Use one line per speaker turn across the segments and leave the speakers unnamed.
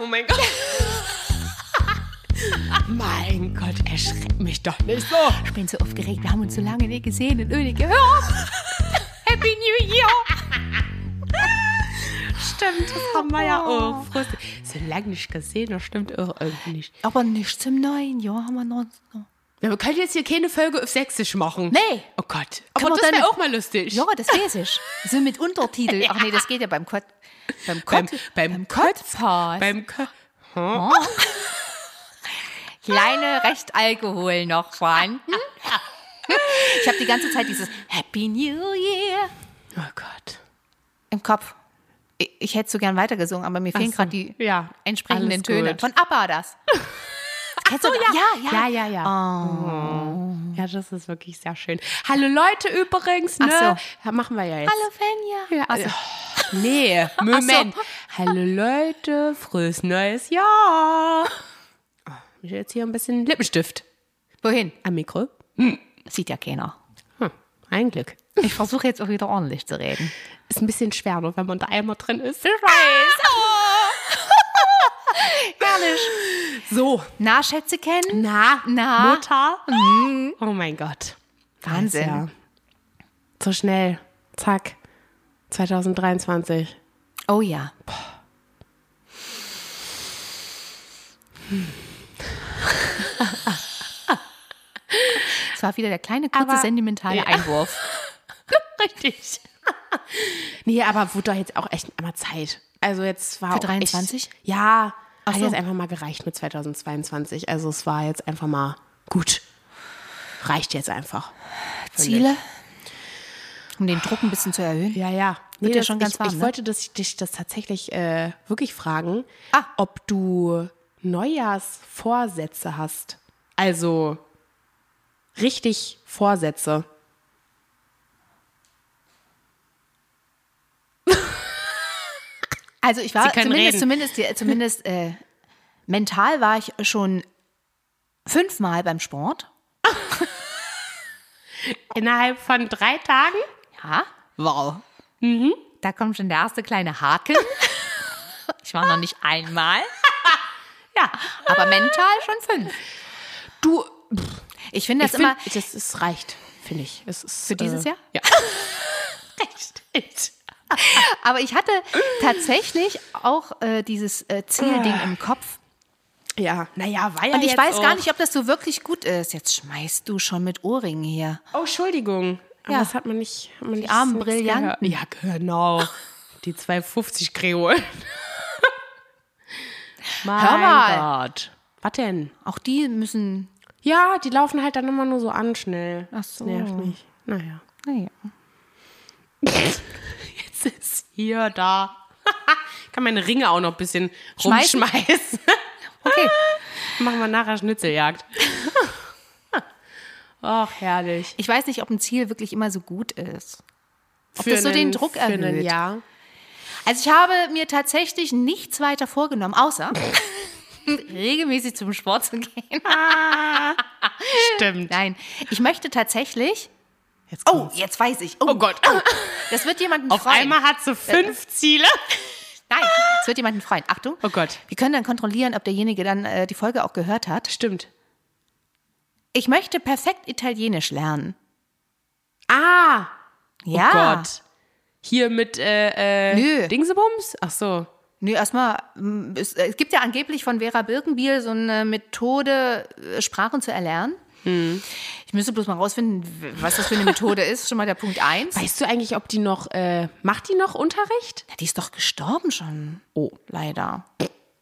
Oh Mein Gott, erschreck mich doch nicht so.
Ich bin so aufgeregt. Wir haben uns so lange nicht gesehen und nicht gehört. Happy New Year!
Stimmt, das haben wir ja auch. Frust. So lange nicht gesehen, das stimmt auch irgendwie nicht.
Aber nicht zum neuen Jahr haben wir noch. noch.
Ja, wir können jetzt hier keine Folge auf Sächsisch machen.
Nee.
Oh Gott.
Kann
Aber
man
das
dann-
wäre auch mal lustig.
Ja, das weiß ich. So mit Untertitel. Ach nee, das geht ja beim Kot. Beim
Beim,
Kot.
beim, Kotz.
Kotzpass.
Beim Kotz.
Kleine Recht Alkohol noch vorhanden. Ich habe die ganze Zeit dieses Happy New Year
Oh Gott.
im Kopf. Ich, ich hätte so gern weitergesungen, aber mir fehlen
so.
gerade die
Ja,
entsprechenden
alles
Töne.
gut.
Von ABBA das. Kennst du das? ja,
ja,
ja.
ja. Oh. Ja, das ist wirklich sehr schön. Hallo Leute übrigens, ne?
Ach
Ja, machen wir ja jetzt.
Hallo Fenja.
Ja,
Ach so.
äh, Nee, Moment. Hallo Leute, frohes neues Jahr. Oh, Ich jetzt hier ein bisschen Lippenstift
Wohin?
am Mikro.
Sieht ja keiner.
Hm, ein Glück.
Ich versuche jetzt auch wieder ordentlich zu reden.
Ist ein bisschen schwer, nur wenn man da einmal drin ist.
Herrlich.
Ah! So,
Na, Schätze kennen?
na,
Na.
Mutter. Oh mein Gott.
Wahnsinn.
Ja. So schnell. Zack. 2023.
Oh ja. Es war wieder der kleine, kurze,
Aber-
sentimentale
Ja.
Einwurf.
Richtig. nee, aber wurde doch jetzt auch echt mal Zeit. Also jetzt war
Für
auch
23?
Echt, ja,
Ach
hat
so.
jetzt einfach mal gereicht mit 2022. Also es war jetzt einfach mal gut. Reicht jetzt einfach.
Ziele? Um den Druck ein bisschen zu erhöhen.
Ja, ja.
Wird ja
das-
schon ganz
ich,
warm,
Ich
ne?
wollte das, dich das tatsächlich äh, wirklich fragen,
Ah.
ob du Neujahrsvorsätze hast. Also richtig Vorsätze.
Also ich
Sie
war
können
zumindest,
reden.
zumindest, ja, zumindest äh, mental war ich schon fünfmal beim Sport.
Innerhalb von drei Tagen?
Ja.
Wow.
Da kommt schon der erste kleine Haken. Ich war noch nicht einmal. Ja, aber mental schon fünf.
Du,
Ich finde das
ich
immer,
find, das ist reicht, finde ich. Es ist, äh,
Für dieses Jahr?
Ja. Richtig.
aber ich hatte tatsächlich auch äh, dieses äh, Zielding im Kopf.
Ja, naja, war ja
Und ich
jetzt
weiß
auch.
gar nicht, ob das so wirklich gut ist. Jetzt schmeißt du schon mit Ohrringen hier.
Oh, Entschuldigung. Aber
Ja.
das hat man nicht. Hat man die nicht
armen
so
Brillanten.
gehört. Ja, genau. Die 250 Kreolen. mein
Hör mal.
Gott. Was denn?
Auch die müssen.
Ja, die laufen halt dann immer nur so an schnell.
Ach so.
Nervt mich. Naja.
Naja.
Jetzt ist hier da. Kann meine Ringe auch noch ein bisschen
Schmeißen?
rumschmeißen.
Okay.
Machen wir nachher Schnitzeljagd. Ach, herrlich.
Ich weiß nicht, ob ein Ziel wirklich immer so gut ist. Ob das so den Druck
für einen-
erhöht.
Ja.
Also ich habe mir tatsächlich nichts weiter vorgenommen, außer regelmäßig zum Sport zu gehen.
Stimmt.
Nein, ich möchte tatsächlich.
Jetzt
Oh, jetzt weiß ich. Oh,
oh Gott.
das wird jemanden
Auf
freuen.
einmal hat sie fünf Ziele.
Nein, es wird jemanden freuen. Achtung.
Oh Gott.
Wir können dann kontrollieren, ob derjenige dann äh, die Folge auch gehört hat.
Stimmt.
Ich möchte perfekt Italienisch lernen.
Ah,
Ja.
Gott. Hier mit äh, äh,
Nö.
Dingsebums? Ach so.
Nö, erstmal, mm, es, es gibt ja angeblich von Vera Birkenbiel so eine Methode, äh, Sprachen zu erlernen. Ich müsste bloß mal rausfinden, w- was das für eine Methode ist. Schon mal der Punkt 1.
Weißt du eigentlich, ob die noch, äh, macht die noch Unterricht?
Die ist doch gestorben schon.
Oh.
Leider.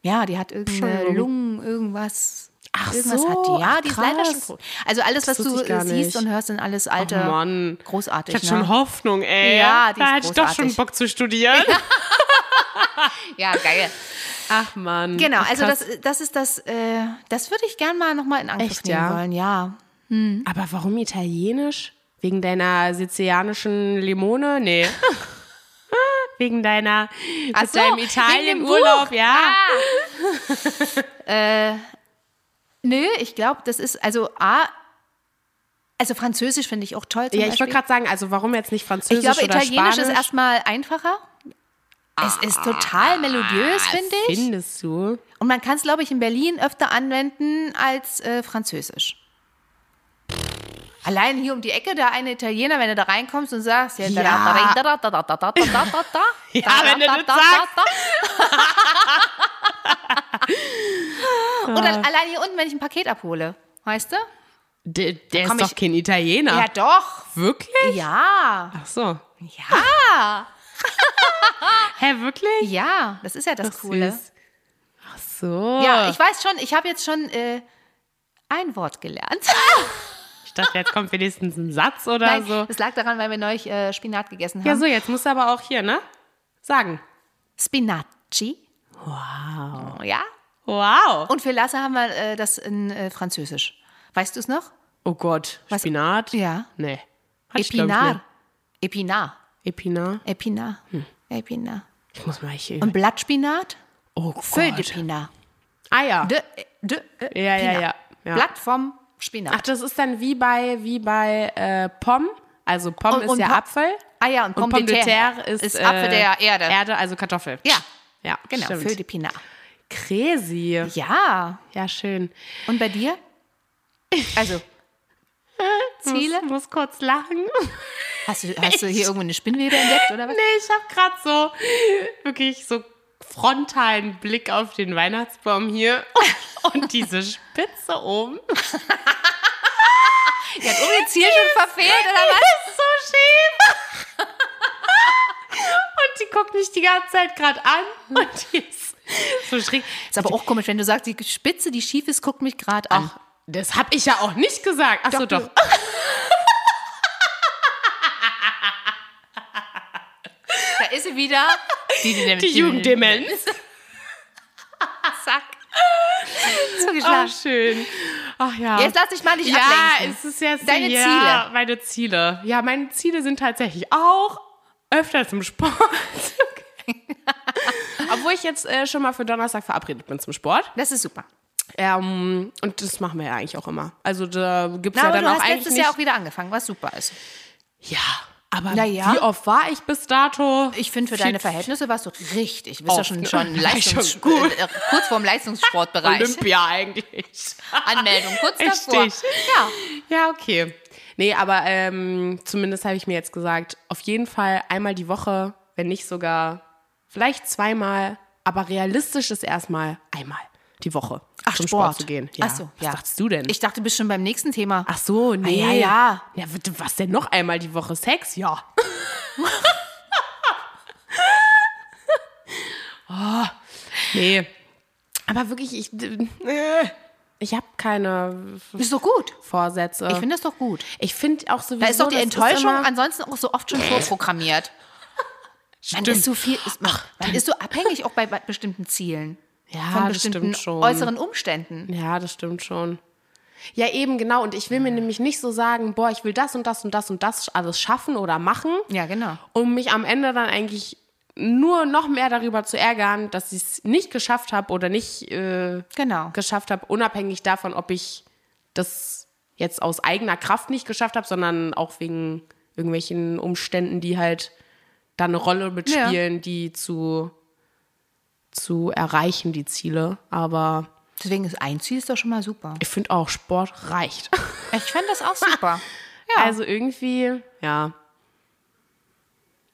Ja, die hat irgendeine
Schon.
Lungen, irgendwas.
Ach
irgendwas
so,
hat die. Ja,
ach,
die ist leider schon
krass.
tot. Also alles, was
wusste
du
ich gar
äh, siehst
nicht.
und hörst, sind alles alte.
Oh Mann.
Großartig.
Ich hatte
ne?
schon Hoffnung, ey.
Ja, die
da
ist
hatte ich doch schon
großartig.
Bock zu studieren.
ja, geil.
Ach Mann.
Genau,
Ach,
also
krass.
das, das ist das, äh, das würde ich gern mal nochmal in Angriff
Echt,
nehmen
ja?
wollen, ja.
Aber warum italienisch? Wegen deiner sizilianischen Limone? Nee. Wegen deiner
Ach
mit
so,
deinem
wegen dem
Italien-Urlaub,
Buch.
ja.
Nö, ich glaube, das ist, also A, also Französisch finde ich auch toll. Zum
Ja, ich
Beispiel.
wollte gerade sagen, also warum jetzt nicht Französisch
ich glaube,
oder
Italienisch
Spanisch?
ist erstmal einfacher. Es ist total melodiös,
Ah,
finde ich.
Findest du?
Und man kann es, glaube ich, in Berlin öfter anwenden als äh, Französisch. Allein hier um die Ecke, da ein Italiener, wenn du da reinkommst und sagst, ja,
Ja. Ja, wenn du das
Oder allein hier unten, wenn ich ein Paket abhole, weißt du?
Der, der
komm
ist doch
ich-
kein Italiener.
Ja, doch.
Wirklich?
Ja.
Ach so.
Ja.
Hä, wirklich?
Ja, das ist ja das Coole.
Süß. Ach so.
Ja, ich weiß schon, ich habe jetzt schon äh, ein Wort gelernt.
Ich dachte, jetzt kommt wenigstens ein Satz oder
Nein,
so.
Das lag daran, weil wir neulich äh, Spinat gegessen haben.
Ja, so, jetzt musst du aber auch hier, ne? Sagen.
Spinacci.
Wow.
Oh, ja.
Wow.
Und für Lasse haben wir äh, das in äh, Französisch. Weißt du es noch?
Oh Gott.
Was-
Spinat?
Ja.
Nee. Hat ich, glaub Hm. ich,
Epinar.
nicht. Epinar.
Epinar. Epinar. Epinar.
Ich muss mal hier.
Und Blattspinat?
Oh Gott.
Födepinar.
Ah ja.
De, de, äh,
Ja, ja,
Pinar.
ja, ja.
Blatt vom Spinat.
Ach, das ist dann wie bei, wie bei äh, Pom. Also Pom
Und-
ist
und
ja
Pom-
Apfel.
Ah ja, und
Und
Pomme
Pomme
de terre
ist, äh,
ist Apfel der Erde.
Erde, also Kartoffel.
Ja.
Ja,
genau,
stimmt.
Födepinar.
Crazy.
Ja.
Ja, schön.
Und bei dir? Also, Ziele?
Ich muss kurz lachen.
Hast du, hast du hier irgendwo eine Spinnwebe entdeckt oder was?
Nee, ich habe gerade so wirklich so frontalen Blick auf den Weihnachtsbaum hier und diese Spitze oben.
Die hat irgendwie Ziel schon verfehlt oder was?
Das ist so schief. Und die guckt mich die ganze Zeit gerade an und die ist so schräg.
Ist aber auch komisch, wenn du sagst, die Spitze, die schief ist, guckt mich gerade an.
Ach, das habe ich ja auch nicht gesagt. Ach so,
Doch,
doch.
Da ist sie wieder. Die, die,
Die Jugenddemenz.
Zack.
Ah,
Zugeschlagen.
schön. Ach ja.
Jetzt lass dich mal nicht
ja,
ablenken.
es ist jetzt
Deine
ja, Meine Ziele. Ja, meine Ziele sind tatsächlich auch öfter zum Sport. Obwohl ich jetzt äh, schon mal für Donnerstag verabredet bin zum Sport.
Das ist super.
Ähm, und das machen wir ja eigentlich auch immer. Also da gibt es
Na,
ja
aber
dann
du
auch
hast
eigentlich
letztes
nicht.
Jahr auch wieder angefangen, was super ist.
ja, aber
Na ja.
wie oft war ich bis dato?
Ich finde, für
Viel-
deine Verhältnisse warst du richtig. Du bist ja
Oft.
schon, schon
War
Leistungs
schon gut.
äh, kurz vorm Leistungssportbereich.
Olympia eigentlich.
Anmeldung, kurz davor.
Richtig.
Ja.
Ja, okay. Nee, aber ähm, zumindest habe ich mir jetzt gesagt, auf jeden Fall einmal die Woche, wenn nicht sogar vielleicht zweimal, aber realistisch ist erstmal einmal die Woche
Ach,
zum
Sport.
Sport. zu gehen. Ja.
Ach so,
was
ja.
dachtest du denn?
Ich dachte, du bist schon beim nächsten Thema.
Ach so, nee.
ja, ja.
Ah, Ja, w- was denn noch einmal die Woche? Sex? Ja. oh, nee. Aber wirklich, ich,
Äh.
ich habe keine
Ist doch gut.
Vorsätze.
Ich finde das doch gut.
Ich finde auch sowieso.
Da ist doch die
das
Enttäuschung
immer-
ansonsten auch so oft schon vorprogrammiert. Man ist so viel, ist, man, man ist so abhängig auch bei bei bestimmten Zielen.
Ja,
von
das
bestimmten
stimmt schon.
äußeren Umständen.
ja, das stimmt schon. Ja, eben genau. Und ich will mir nämlich nicht so sagen, boah, ich will das und das und das und das alles schaffen oder machen,
Ja, genau.
um mich am Ende dann eigentlich nur noch mehr darüber zu ärgern, dass ich es nicht geschafft habe oder nicht äh,
Genau.
geschafft habe, unabhängig davon, ob ich das jetzt aus eigener Kraft nicht geschafft habe, sondern auch wegen irgendwelchen Umständen, die halt da eine Rolle mitspielen, die zu, zu erreichen, die Ziele. Aber
Deswegen ist ein Ziel ist doch schon mal super.
ich finde auch, Sport reicht.
Ich fand das auch super. Ja.
Also irgendwie, ja.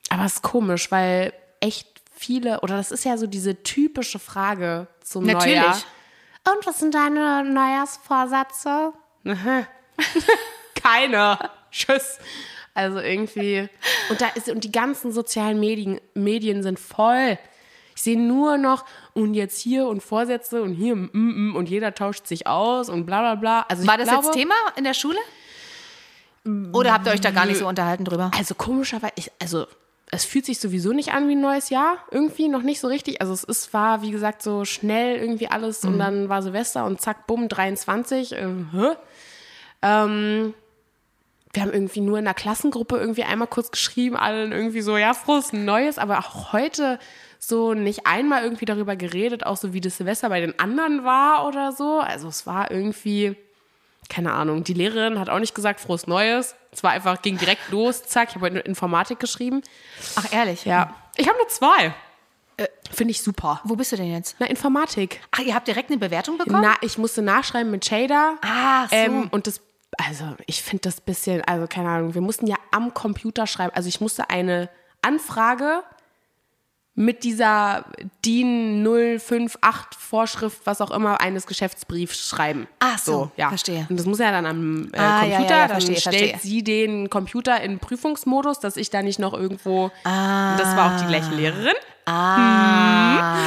Aber es ist komisch, weil echt viele, oder das ist ja so diese typische Frage zum
Natürlich.
Neujahr. Und was sind deine Neujahrsvorsätze? Aha. Keine. Tschüss. Also irgendwie. Und da ist, und die ganzen sozialen Medien, Medien sind voll. Ich sehe nur noch, und jetzt hier und Vorsätze und hier mm, mm, und jeder tauscht sich aus und bla bla bla. Also ich
War das
glaube,
jetzt Thema in der Schule? Oder habt ihr euch da gar nicht so unterhalten drüber?
Also komischerweise, ich, also es fühlt sich sowieso nicht an wie ein neues Jahr, irgendwie noch nicht so richtig. Also es ist, war, wie gesagt, so schnell irgendwie alles und dann war Silvester und zack, bumm, 23. Äh, hä? ähm, wir haben irgendwie nur in der Klassengruppe irgendwie einmal kurz geschrieben, allen irgendwie so, ja, frohes Neues, aber auch heute so nicht einmal irgendwie darüber geredet, auch so wie das Silvester bei den anderen war oder so. Also es war irgendwie, keine Ahnung, die Lehrerin hat auch nicht gesagt, frohes Neues. Es war einfach, ging direkt los, zack, ich habe heute Informatik geschrieben.
Ach, ehrlich.
Ja. Ich habe nur zwei. Äh, Finde ich super.
Wo bist du denn jetzt?
Na, Informatik.
Ach, ihr habt direkt eine Bewertung bekommen?
Na, ich musste nachschreiben mit Shader.
Ach so.
Ähm, und das, also ich finde das bisschen, also keine Ahnung, wir mussten ja am Computer schreiben. Also ich musste eine Anfrage mit dieser DIN 058 Vorschrift, was auch immer, eines Geschäftsbriefs schreiben.
Ach so, verstehe.
Und das muss ja dann am äh,
Ah, ja, ja,
Computer,
ja,
dann
verstehe,
stellt
verstehe.
sie den Computer in Prüfungsmodus, dass ich da nicht noch irgendwo, das war auch die gleiche Lehrerin.
Ah.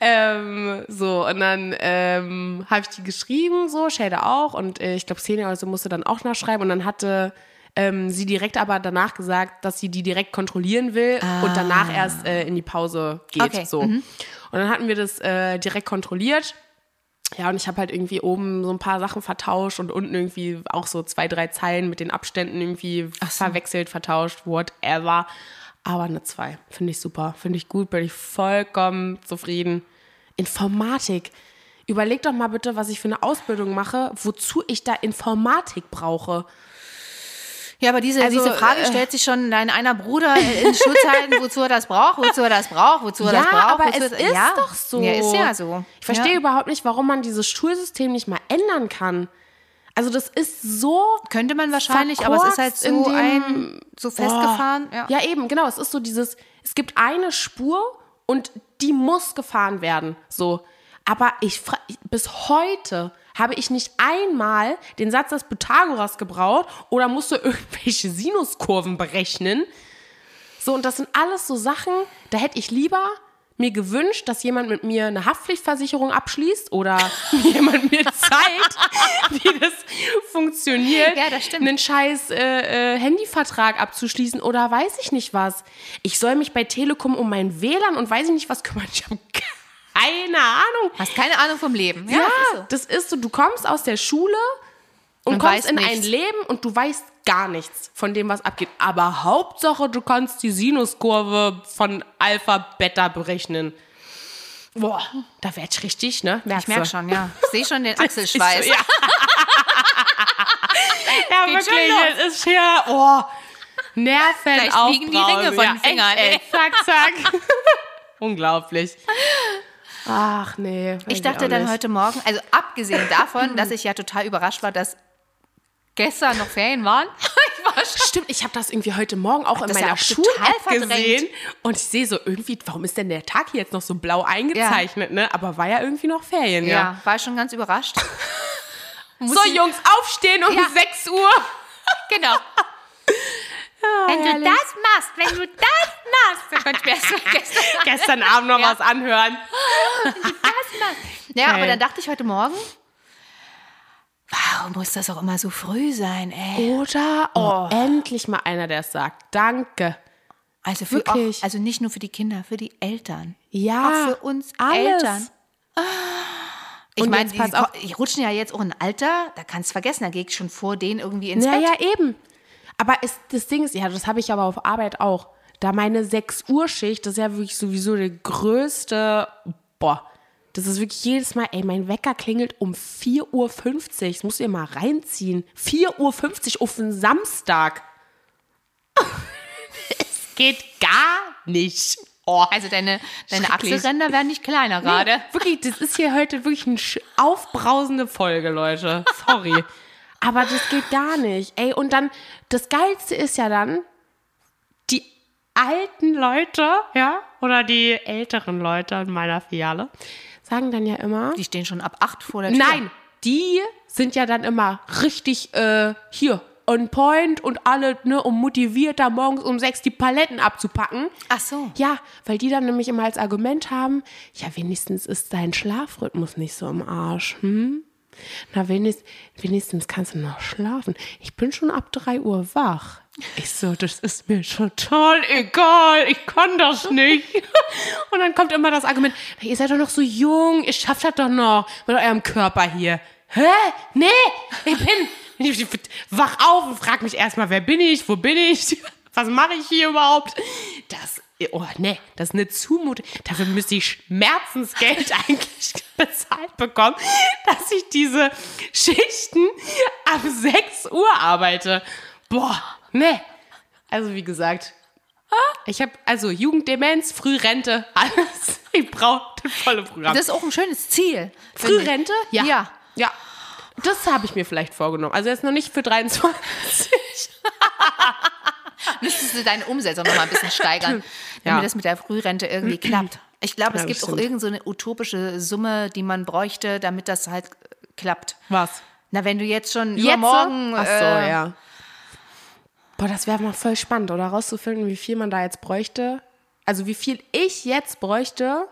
Ähm, so, und dann ähm, habe ich die geschrieben, so, Shader auch. Und äh, ich glaube, Xenia oder so musste dann auch nachschreiben. Und dann hatte ähm, sie direkt aber danach gesagt, dass sie die direkt kontrollieren will und danach erst äh, in die Pause geht.
Okay,
So. Und dann hatten wir das äh, direkt kontrolliert. Ja, und ich habe halt irgendwie oben so ein paar Sachen vertauscht und unten irgendwie auch so zwei, drei Zeilen mit den Abständen irgendwie verwechselt, vertauscht, whatever. Aber eine zwei Finde ich super. Finde ich gut. Bin ich vollkommen zufrieden. Informatik. Überleg doch mal bitte, was ich für eine Ausbildung mache, wozu ich da Informatik brauche.
Ja, aber diese,
Also,
diese Frage
äh,
stellt sich schon dein einer Bruder in Schulzeiten, wozu er das braucht, wozu er das braucht, wozu er das braucht.
aber
wozu
es
er-
ist
ja.
doch so.
Ja, ist ja so.
Ich verstehe
Ja.
überhaupt nicht, warum man dieses Schulsystem nicht mal ändern kann. Also das ist so
Könnte man wahrscheinlich, aber es ist halt
verkorkst in
so
dem-
ein, so festgefahren.
Oh.
Ja.
ja, eben, genau. Es ist so dieses, es gibt eine Spur und die muss gefahren werden. So. Aber ich fra- ich- bis heute habe ich nicht einmal den Satz des Pythagoras gebraucht oder musste irgendwelche Sinuskurven berechnen. So, und das sind alles so Sachen, da hätte ich lieber mir gewünscht, dass jemand mit mir eine Haftpflichtversicherung abschließt oder jemand mir zeigt, wie das funktioniert,
Ja, das stimmt.
einen scheiß äh, äh, Handyvertrag abzuschließen oder weiß ich nicht was. Ich soll mich bei Telekom um mein WLAN und weiß ich nicht was kümmern. Ich habe keine Ahnung.
Hast keine Ahnung vom Leben. Ja,
Ja,
das ist so.
das ist so, du kommst aus der Schule und,
Und
kommst
weißt
in ein
nichts.
Leben und du weißt gar nichts von dem, was abgeht. Aber Hauptsache, du kannst die Sinuskurve von Alpha, Beta berechnen. Boah, da werd ich richtig, ne? Merkst
Ich merke
du.
schon, ja. Ich sehe schon den
Ich so,
Achselschweiß.
ja. ja,
Geht schon
wirklich,
los.
das ist hier, oh, Nerven
Gleich fliegen die
aufbrauen.
Ringe von
ja,
den Fingern,
echt,
ey.
echt, Zack, zack. Unglaublich. Ach, nee. weiß
Ich dachte
auch
dann
nicht.
heute Morgen, also abgesehen davon, dass ich ja total überrascht war, dass gestern noch Ferien waren. Ich war schon
Stimmt, ich habe das irgendwie heute Morgen auch in
das ja
meiner
auch
Schul-App
total verdrängt.
gesehen. Und ich sehe so irgendwie, warum ist denn der Tag hier jetzt noch so blau eingezeichnet, ne? Aber war ja irgendwie noch Ferien,
ja.
ja.
war schon ganz überrascht. Muss
So,
ich-
Jungs, aufstehen um
Ja.
6 Uhr. Oh,
Genau. wenn du
herrlich.
das machst, wenn du das machst, dann konnte ich mir erst vergessen.
Gestern Abend noch
Ja.
was anhören.
Ja,
Geil.
aber dann dachte ich heute Morgen, warum muss das auch immer so früh sein, ey?
Oder oh, endlich mal einer, der es sagt. Danke.
Also, für,
Wirklich?
auch, also nicht nur für die Kinder, für die Eltern.
Ja.
auch für uns
alles.
Eltern. Ich
Und
meine,
jetzt
die,
pass auf.
die rutschen ja jetzt auch in ein Alter, da kannst du vergessen, da geht schon vor denen irgendwie ins Bett.
Naja, eben. Aber ist, das Ding ist, ja, das habe ich aber auf Arbeit auch. Da meine 6-Uhr-Schicht, das ist ja wirklich sowieso der größte. Boah. Das ist wirklich jedes Mal, ey, mein Wecker klingelt um 4.50 Uhr. Das musst du dir mal reinziehen. 4.50 Uhr auf den Samstag. es geht gar nicht. Oh.
Also deine, deine
Schrecklich.
Achselränder werden nicht kleiner gerade.
Nee, wirklich, das ist hier heute wirklich eine sch- aufbrausende Folge, Leute. Sorry. Aber das geht gar nicht. Ey, und dann, das Geilste ist ja dann, die alten Leute, ja, oder die älteren Leute in meiner Filiale, sagen dann ja immer,
Die stehen schon ab acht vor der Tür.
nein, die sind ja dann immer richtig äh, hier on point und alle, ne, um motiviert da morgens um sechs die Paletten abzupacken.
Ach so.
Ja, weil die dann nämlich immer als Argument haben, ja, wenigstens ist dein Schlafrhythmus nicht so im Arsch. Hm? Na, wenigstens, wenigstens kannst du noch schlafen. Ich bin schon ab 3 Uhr wach. Ich so, das ist mir total egal, ich kann das nicht. Und dann kommt immer das Argument, "Na, ihr seid doch noch so jung, ihr schafft das doch noch mit eurem Körper hier. Hä? Nee, ich bin wach auf und frag mich erstmal, wer bin ich, wo bin ich, was mache ich hier überhaupt? Das, oh nee, das ist eine Zumutung. Dafür müsste ich Schmerzensgeld eigentlich bezahlt bekommen, dass ich diese Schichten ab 6 Uhr arbeite. Boah, nee. Also wie gesagt, Ich habe also Jugenddemenz, Frührente, alles. Ich brauche das volle Programm.
Das ist auch ein schönes Ziel. finde ich.
Frührente?
Ja.
Ja. ja. Das habe ich mir vielleicht vorgenommen. Also jetzt noch nicht für 23.
Müsstest du deine Umsetzung noch mal ein bisschen steigern,
Ja.
damit das mit der Frührente irgendwie klappt. Ich glaube, es
Ja,
gibt auch
bestimmt.
irgendeine so eine utopische Summe, die man bräuchte, damit das halt klappt.
Was?
Na, wenn du jetzt schon
Jetzt?
übermorgen
Ach so,
äh,
ja. Boah, das wäre mal voll spannend, oder rauszufinden, wie viel man da jetzt bräuchte. Also wie viel ich jetzt bräuchte,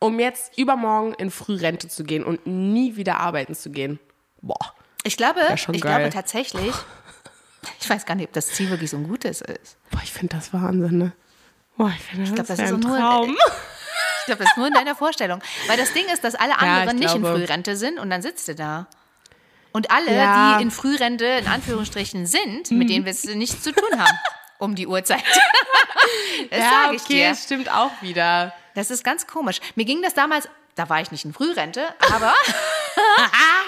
um jetzt übermorgen in Frührente zu gehen und nie wieder arbeiten zu gehen. Boah.
Ich glaube,
schon
ich
geil.
glaube tatsächlich. Ich weiß gar nicht, ob das Ziel wirklich so ein gutes ist.
Boah, ich finde das Wahnsinn, ne? Boah, ich finde das,
glaub, das
wär
ist
ein
auch nur-
Traum.
Ich glaube, das ist nur in deiner Vorstellung. Weil das Ding ist, dass alle anderen
ich
nicht in
glaube.
Frührente sind und dann sitzt du da. Und alle,
Ja. Mhm.
die in Frührente in Anführungsstrichen sind, mit denen wir es nichts zu tun haben. Um die Uhrzeit. das sage ich dir.
stimmt auch wieder.
Das ist ganz komisch. Mir ging das damals, da war ich nicht in Frührente, aber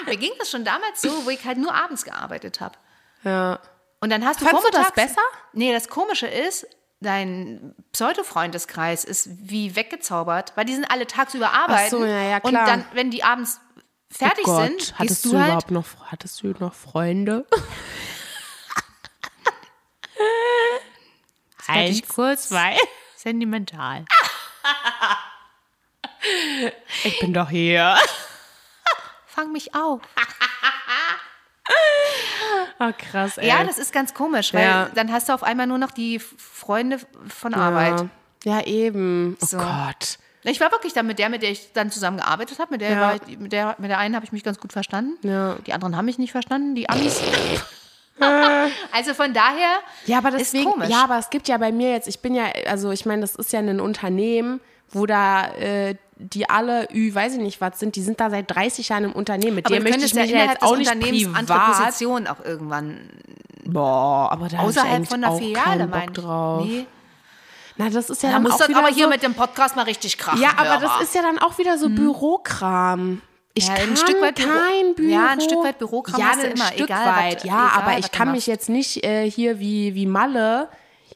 mir ging das schon damals so, wo ich halt nur abends gearbeitet habe.
Ja.
Und dann hast du
Fandst du das
vormittags-
besser?
Nee, das Komische ist, dein Pseudo-Freundeskreis ist wie weggezaubert, weil die sind alle tagsüber arbeiten.
Ach so, ja, ja,
Und
klar. Oh
dann, wenn die abends fertig
Gott,
sind,
hattest
gehst
du,
du halt.
überhaupt noch, hattest du noch Freunde?
werd ich
kurz, zwei.
Sentimental.
Ich bin doch hier.
Fang mich auf.
Ah, krass, ey.
Ja, das ist ganz komisch, weil
Ja.
dann hast du auf einmal nur noch die Freunde von Arbeit.
Arbeit. Ah. Ja, eben. Oh
So.
Gott.
Ich war wirklich dann mit der, mit der ich dann zusammen gearbeitet habe. Mit, der
Ja.
war ich- mit, der, mit der einen habe ich mich ganz gut verstanden.
Ja.
Die anderen haben mich nicht verstanden, die Amis. also von daher,
Ja, aber
Ist
deswegen,
komisch.
ja, aber es gibt ja bei mir jetzt, ich bin ja, also ich meine, das ist ja ein Unternehmen, wo da äh, die alle, Ü, weiß ich nicht was sind, die sind da seit 30 Jahren im Unternehmen. Mit
aber
dir
du
möchte
könntest
ich
ja
mich ja
innerhalb
jetzt auch
des
nicht
Unternehmens andere
privat.
Positionen auch irgendwann,
Boah, aber da hab ich
außerhalb
eigentlich
von der
auch
Filiale,
keinen Bock
meine ich.
drauf.
Nee.
Na, das ist ja
Da
dann
muss
auch
das
wieder
aber hier
so,
mit dem Podcast mal richtig krachen.
Ja, aber
Hörer.
das ist ja dann auch wieder so Bürokram. Ich
Hm. Ja, ein
kann
Stück weit Büro-
kein Büro.
Ja, ein Stück weit Bürokram
ja,
hast du
ein
immer,
Stück
egal, was-
weit. ja,
egal,
aber
was
ich
du
kann mich
machst.
jetzt nicht äh, hier wie, wie Malle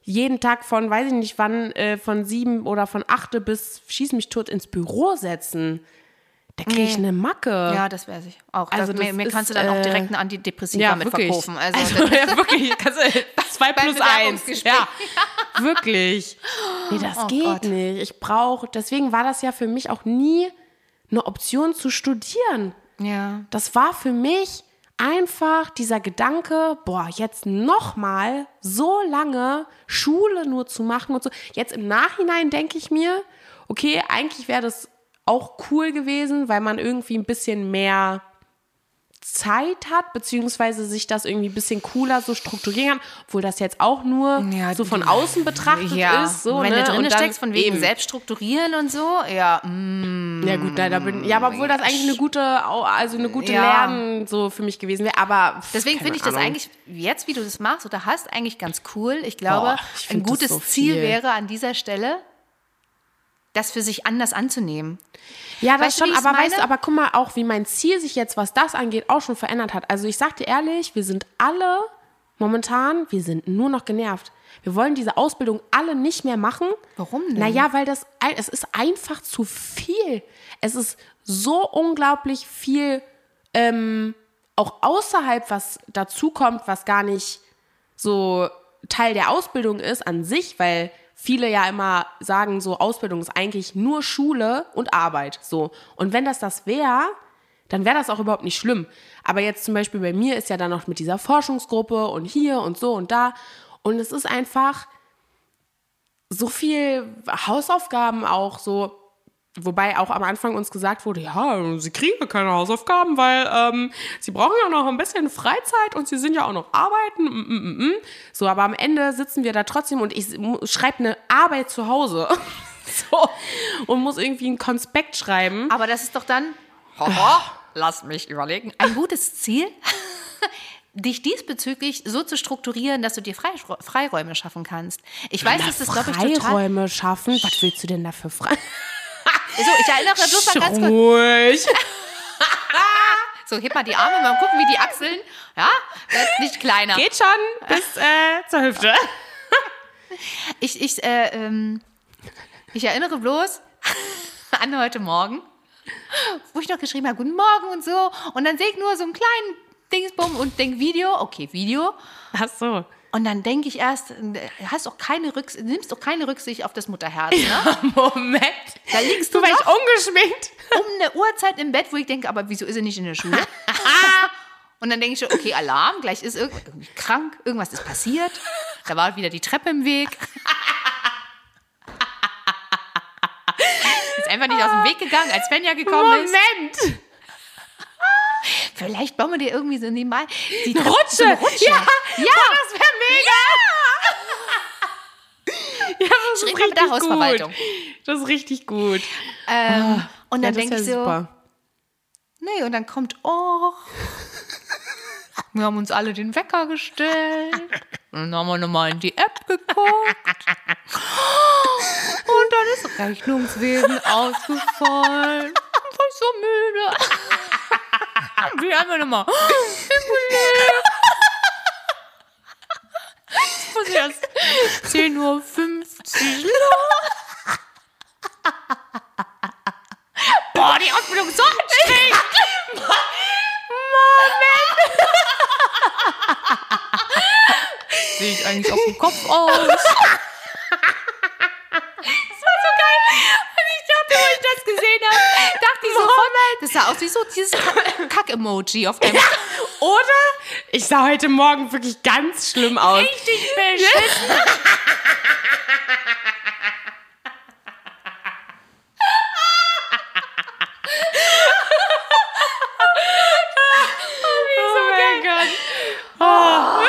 jeden Tag von, weiß ich nicht wann, äh, von sieben oder von achte bis schieß mich tot ins Büro setzen. Da kriege ich eine Macke.
Ja, das weiß ich auch.
Also
Also
das
mir, mir
ist,
kannst du dann auch
äh,
direkt einen Antidepressiva mit verkaufen. Also,
ja, wirklich. Kannst du, zwei
beim
plus eins.
Bewerbungsgespräch.
Ja, wirklich. Nee, das
Oh
geht
Gott.
nicht. Ich brauche, deswegen war das ja für mich auch nie eine Option zu studieren.
ja.
Das war für mich einfach dieser Gedanke, boah, jetzt nochmal so lange Schule nur zu machen und so. Jetzt im Nachhinein denke ich mir, okay, eigentlich wäre das auch cool gewesen, weil man irgendwie ein bisschen mehr Zeit hat, beziehungsweise sich das irgendwie ein bisschen cooler so strukturieren kann, obwohl das jetzt auch nur
Ja,
so von außen betrachtet
ja.
ist. So,
wenn
ne?
du drin
Und dann
steckst, von wegen
eben.
selbst strukturieren und so, ja, mm,
Ja gut, da, da bin ja, aber obwohl das eigentlich eine gute, au- also eine gute
Ja.
Lernen so für mich gewesen wäre. Aber pff,
Deswegen
keine
finde ich das
Ahnung.
eigentlich jetzt, wie du das machst oder hast, eigentlich ganz cool. Ich glaube,
Boah, ich
ein
find das
gutes
so
Ziel
viel.
wäre an dieser Stelle, das für sich anders anzunehmen.
Ja, das
Weißt du,
schon,
wie ich's
aber weißt du,
meine?
aber guck mal auch, wie mein Ziel sich jetzt, was das angeht, auch schon verändert hat. Also ich sag dir ehrlich, wir sind alle momentan, wir sind nur noch genervt. Wir wollen diese Ausbildung alle nicht mehr machen.
Warum denn?
Naja, weil das, ein- es ist einfach zu viel. Es ist so unglaublich viel, ähm, auch außerhalb, was dazukommt, was gar nicht so Teil der Ausbildung ist an sich, weil viele ja immer sagen, so Ausbildung ist eigentlich nur Schule und Arbeit, so. Und wenn das das wäre, dann wäre das auch überhaupt nicht schlimm. Aber jetzt zum Beispiel bei mir ist ja dann noch mit dieser Forschungsgruppe und hier und so und da. Und es ist einfach so viel Hausaufgaben auch so. Wobei auch am Anfang uns gesagt wurde, ja, sie kriegen ja keine Hausaufgaben, weil ähm, sie brauchen ja noch ein bisschen Freizeit und sie sind ja auch noch arbeiten. Mm, mm, mm, mm. So, aber am Ende sitzen wir da trotzdem und ich schreibe eine Arbeit zu Hause. so. Und muss irgendwie ein Konspekt schreiben.
Aber das ist doch dann, haha, lass mich überlegen, ein gutes Ziel, dich diesbezüglich so zu strukturieren, dass du dir Freistra- Freiräume schaffen kannst. Ich weiß, das ist, glaube ich, total... Ah,
Freiräume schaffen. Was willst du denn da für Freiräume?
So, ich erinnere bloß mal ganz kurz.
Ruhig.
So, heb mal die Arme, mal gucken, wie die Achseln. Ja, das ist nicht kleiner.
Geht schon bis äh, zur Hüfte.
Ich, ich, äh, ähm, ich erinnere bloß an heute Morgen, wo ich noch geschrieben habe, guten Morgen und so. Und dann sehe ich nur so einen kleinen Dingsbum und denke Video, okay, Video.
Ach so.
Und dann denke ich erst, äh, hast auch keine Rücks nimmst doch keine Rücksicht auf das Mutterherz, ne?
Moment.
Da liegst
Du
du
warst
noch
ungeschminkt.
um eine Uhrzeit im Bett, wo ich denke, aber wieso ist er nicht in der Schule? Und dann denke ich schon, okay, Alarm, gleich ist irgend- irgendwie krank, irgendwas ist passiert. Da war wieder die Treppe im Weg. Ist einfach nicht aus dem Weg gegangen, als Svenja gekommen ist.
Moment.
Vielleicht bauen wir dir irgendwie so nebenbei die Treppe-
Rutsche.
so eine Rutsche.
Ja. Ja. Boah, das wäre mega. Ja. das ist
Schritt mal mit
richtig
der Hausverwaltung.
gut. Das ist richtig gut.
Ähm, und
Ja,
dann
das
denke
wär
ich so,
super.
Nee, und dann kommt, oh, wir haben uns alle den Wecker gestellt. Dann haben wir nochmal in die App geguckt. Und dann ist Rechnungswesen ausgefallen. Ich war so müde. Und Wir haben wir nochmal. Ich muss erst 10.50 Uhr. Boah, die Ausbildung ist so anstrengend. Sehe ich eigentlich auf dem Kopf
Oh,
aus? ich das gesehen habe, dachte ich sofort, das sah aus wie so dieses Kack- Kack-Emoji auf deinem
Oder ich sah heute Morgen wirklich ganz schlimm aus.
richtig beschissen.
Oh, Oh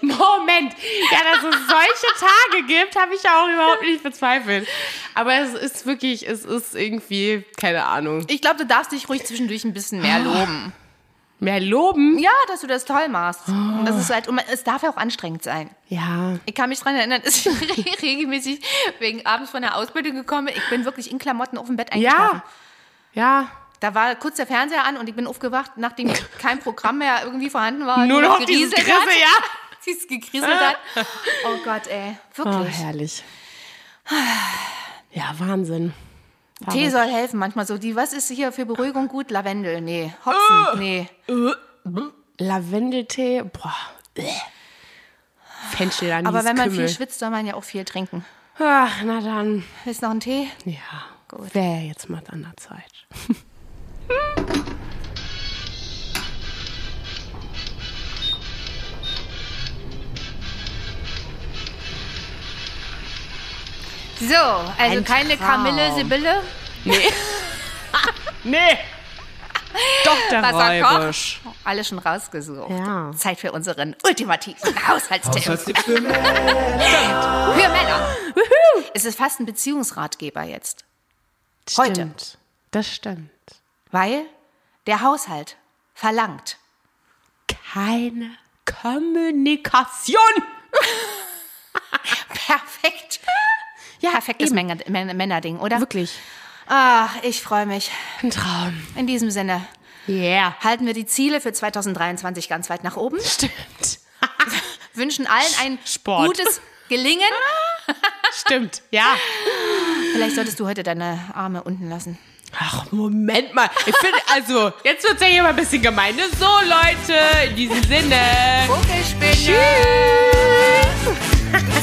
Moment, ja, dass es solche Tage gibt, habe ich ja auch überhaupt nicht bezweifelt. Aber es ist wirklich, es ist irgendwie, keine Ahnung,
Ich glaube, du darfst dich ruhig zwischendurch ein bisschen mehr loben.
mehr loben.
Ja, dass du das toll machst. Und das ist halt, und man- es darf ja auch anstrengend sein.
Ja,
Ich kann mich daran erinnern, dass ich re- regelmäßig wegen abends von der Ausbildung gekommen bin. Ich bin wirklich in Klamotten auf dem Bett eingeschlafen.
ja, ja.
Da war kurz der Fernseher an und ich bin aufgewacht, nachdem kein Programm mehr irgendwie vorhanden war.
Nur noch dieses
gerieselt hat.
Grisse, ja.
Sie ist gekriselt hat. Oh Gott, ey.
Oh,
Wirklich.
herrlich. Ja, Wahnsinn.
Tee soll helfen manchmal so. Die, was ist hier für Beruhigung gut? Lavendel, nee.
Ah!
Hopfen, nee.
Lavendeltee, boah. bleh. Fenchel an
Aber
dieses
wenn man
Kümmel.
viel schwitzt, soll man ja auch viel trinken.
Ach, na dann.
Willst du noch einen Tee?
Ja, wäre jetzt mal an der Zeit.
So, also
Ein
keine
Traum.
Kamille, Sibylle.
Nee! Doch, der Räubisch.
Wasserkoch. Alles schon rausgesucht.
Ja.
Zeit für unseren ultimativen Haushaltstipp.
Haushaltstipp für Männer.
für Männer. Es ist fast ein Beziehungsratgeber jetzt. Heute.
Stimmt. Das stimmt.
Weil der Haushalt verlangt.
Keine Kommunikation!
Perfekt.
Ja,
Perfektes Männer- Männer- Männerding, oder?
Wirklich.
Ach, ich freue mich.
Ein Traum.
In diesem Sinne
Yeah.
halten wir die Ziele für 2023 ganz weit nach oben,
Stimmt.
wünschen allen ein
Sport.
gutes Gelingen.
Stimmt. Ja.
Vielleicht solltest du heute deine Arme unten lassen.
Ach, Moment mal. Ich finde, also, jetzt wird es ja hier mal ein bisschen gemein. ne? So, Leute, in diesem Sinne.
Vogelspinne.
Tschüss.